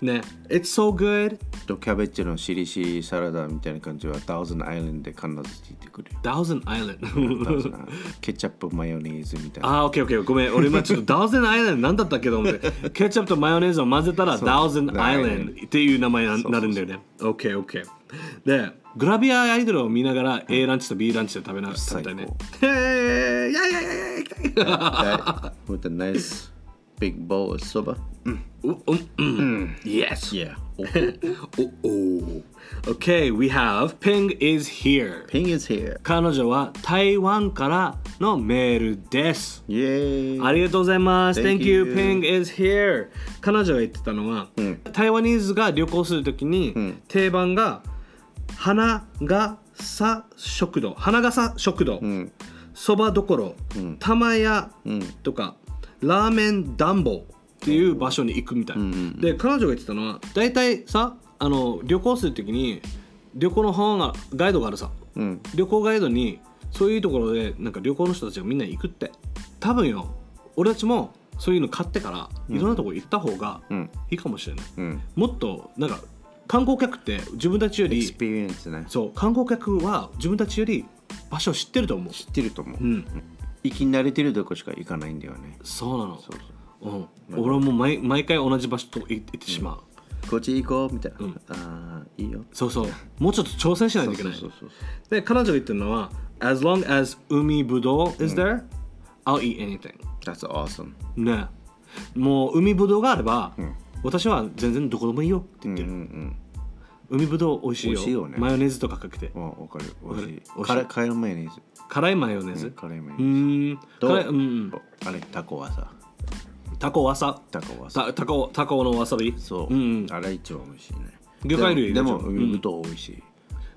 S1: It's so good
S2: とキャベツのしりしサラダみたいな感じはダウズンアイランドで必ず出てくるよ
S1: Thousand
S2: ダウズ
S1: Island
S2: ンアイランドケチャップマヨネーズみたいな
S1: ああ、オッケーオッケー、ごめん、俺今ちょっと Thousand Island なんだったっけど、思ってケチャップとマヨネーズを混ぜたら
S2: そう
S1: Thousand Island っていう名前に
S2: そうそう
S1: ななるんだよね。オッケーオッケー。で、グラビアアイドルを見ながら A ランチと B ランチで食べな食べたいね。へえ、いやいやいやいや、行きたい。
S2: はい、with a nice big bowl of soba
S1: おうんうん。Yes.
S2: yeah
S1: おお。Okay, we have Ping is here.
S2: ping is here
S1: 彼女は台湾からのメールです
S2: イエーイ
S1: ありがとうございます
S2: Thank
S1: Thank you,
S2: you.
S1: Ping is here 彼女が言ってたのは、
S2: うん
S1: 台湾ニーズが旅行するときに、
S2: うん
S1: 定番が花がさ食堂花がさ食堂
S2: うん
S1: そば、どころ、
S2: ん
S1: 玉屋
S2: うん
S1: とかラーメン暖房っていう場所に行くみたいな、
S2: うんうんうん
S1: で彼女が言ってたのは大体さあの旅行するときに旅行の本がガイドがあるさ
S2: うん
S1: 旅行ガイドにそういうところでなんか旅行の人たちがみんな行くって多分よ俺たちもそういうの買ってからいろんなところ行った方が
S2: うん
S1: いいかもしれない、
S2: うん
S1: もっとなんか観光客って自分たちよ
S2: エクス
S1: り
S2: ペリエンスね
S1: そう観光客は自分たちより場所を知ってると思う
S2: 知ってると思う
S1: うん
S2: 行き慣れてるとこしか行かないんだよね
S1: そうなの
S2: そうそう
S1: うん、俺はもう毎毎回同じ場所と行ってしまう、
S2: こっち行こうみたいな、
S1: うん
S2: ああいいよ
S1: そうそうもうちょっと挑戦しないといけない
S2: そうそうそう
S1: で彼女が言ってるのは「As long as 海ぶどう is there、I'll eat anything
S2: That's awesome」
S1: ねもう海ぶどうがあれば、私は全然どこでもいいよって言って
S2: う
S1: る、
S2: んうん
S1: 海ぶどう美味しいよ
S2: 美味しいよね
S1: マヨネーズとかかけて
S2: うんわかるわ
S1: かる
S2: か
S1: 美味
S2: る
S1: しい
S2: 辛辛いマヨネーズ
S1: 辛いマヨネーズ、
S2: 辛いマヨ
S1: う
S2: ネーズ
S1: ーん
S2: どう
S1: 辛いうんうん
S2: あれタコはさ
S1: タコわさ
S2: タコはさ
S1: たタコタコのわさび
S2: そう、
S1: んうん、
S2: あれ一番美味しいね
S1: 魚介類
S2: で
S1: で
S2: もで
S1: しょ
S2: も海ぶどう美味しい、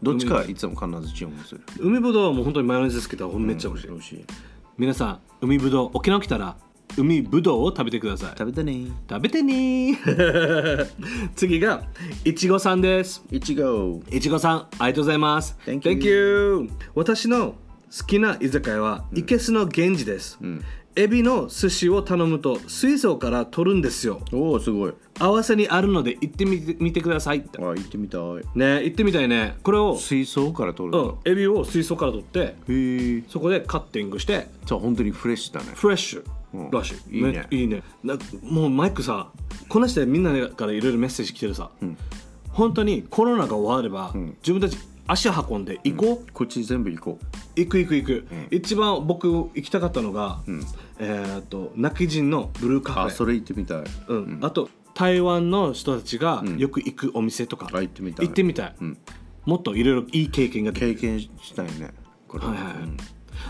S2: どっちかはいつも必ず注文する
S1: 海ぶどうはもう本当にマヨネーズつけたらほんとめっちゃ美味しい、
S2: 美味しい
S1: 皆さん海ぶどう沖縄来たら海ぶどうを食べてください
S2: 食べたね
S1: 食べてねー 次がいちごさんです
S2: いちご
S1: いちごさんありがとうございます
S2: Thank you
S1: you 私の好きな居酒屋は生けすの源氏です、エビの寿司を頼むと水槽から取るんですよ
S2: おおすごい
S1: 合わせにあるので行ってみてみてくださいって
S2: あ行ってみたい
S1: ね行ってみたいねこれを、
S2: 水槽から取る
S1: う
S2: の、
S1: ん、エビを水槽から取って
S2: へえ
S1: そこでカッティングして
S2: じゃあ本当にフレッシュだね
S1: フレッシュらしい、
S2: うん
S1: めいいねなもうマイクさこの人みんなからいろいろメッセージ来てるさ、本当にコロナが終われば、自分たち足運んで行こう、
S2: こっち全部行こ
S1: 行く行く行く、一番僕行きたかったのが、えーっと泣き人のブルーカ
S2: う
S1: フェ
S2: あそれ行ってみたい
S1: うんあと台湾の人たちがよく行くお店とか、
S2: あ行ってみたい
S1: 行ってみたい、
S2: うん
S1: もっといろいろいい経験ができる
S2: 経験したいねこれ
S1: はいはいはい
S2: うん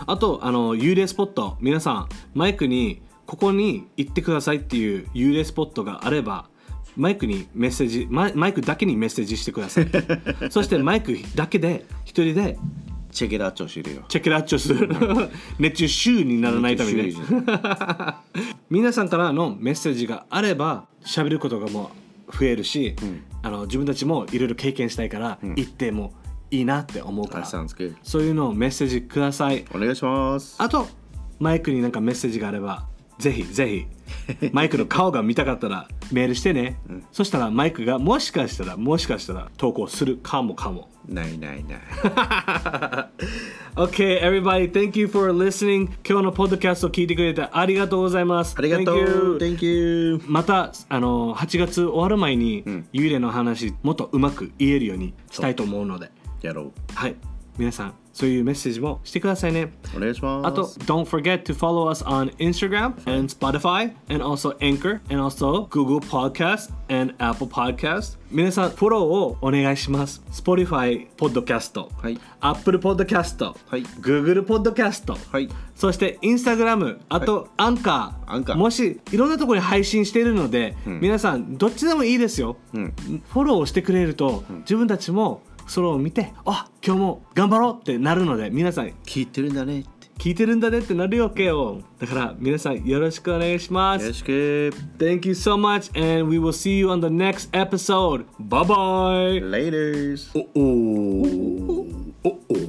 S1: あとあの幽霊スポット皆さんマイクにここに行ってくださいっていう幽霊スポットがあればマイクにメッセージマイマイクだけにメッセージしてくだ さいそしてマイクだけで一人で
S2: チェケラー調子入れよ
S1: チェックラッチをする熱中臭にならないためにね
S2: 熱中 臭
S1: 皆さんからのメッセージがあれば喋ることがもう増えるし、あの自分たちもいろいろ経験したいから、行ってもいいなって思うか
S2: That
S1: ら
S2: sounds good
S1: そういうのをメッセージください
S2: お願いします
S1: あとマイクになんかメッセージがあればぜひぜ ひマイクの顔が見たかったらメールしてね、そしたらマイクがもしかしたらもしかしたら投稿するかもかも
S2: ないない ない
S1: Okay, everybody, thank you for listening. 今日のポッドキャストを聞いてくれてありがとうございます。
S2: ありがとう
S1: Thank you.
S2: Thank you
S1: またあの8月終わる前に、幽霊の話もっとうまく言えるようにしたいと思うので、
S2: やろう
S1: はい、皆さんそういうメッセージもしてくださいね。
S2: お願いします
S1: あと、don't forget to follow us on Instagram and Spotify and also Anchor and also Google Podcast and Apple Podcast. 皆さん、フォローをお願いします。Spotify Podcast、
S2: はい
S1: Apple Podcast、
S2: はい
S1: Google Podcast、
S2: はい
S1: そして Instagram、あと、アンカー、
S2: Anchor
S1: もしいろんなところに配信しているので、皆さん、どっちでもいいですよ。
S2: ん
S1: フォローをしてくれると、自分たちもそれを見て、あ今日も頑張ろうってなるので、皆さん、
S2: 聞いてるんだねって
S1: 聞いてるんだねってなるわけよだから皆さんよろしくお願いしま
S2: よ
S1: す
S2: ろしく
S1: Thank you so much and we will see you on the next episode Bye bye
S2: Laters
S1: おおおお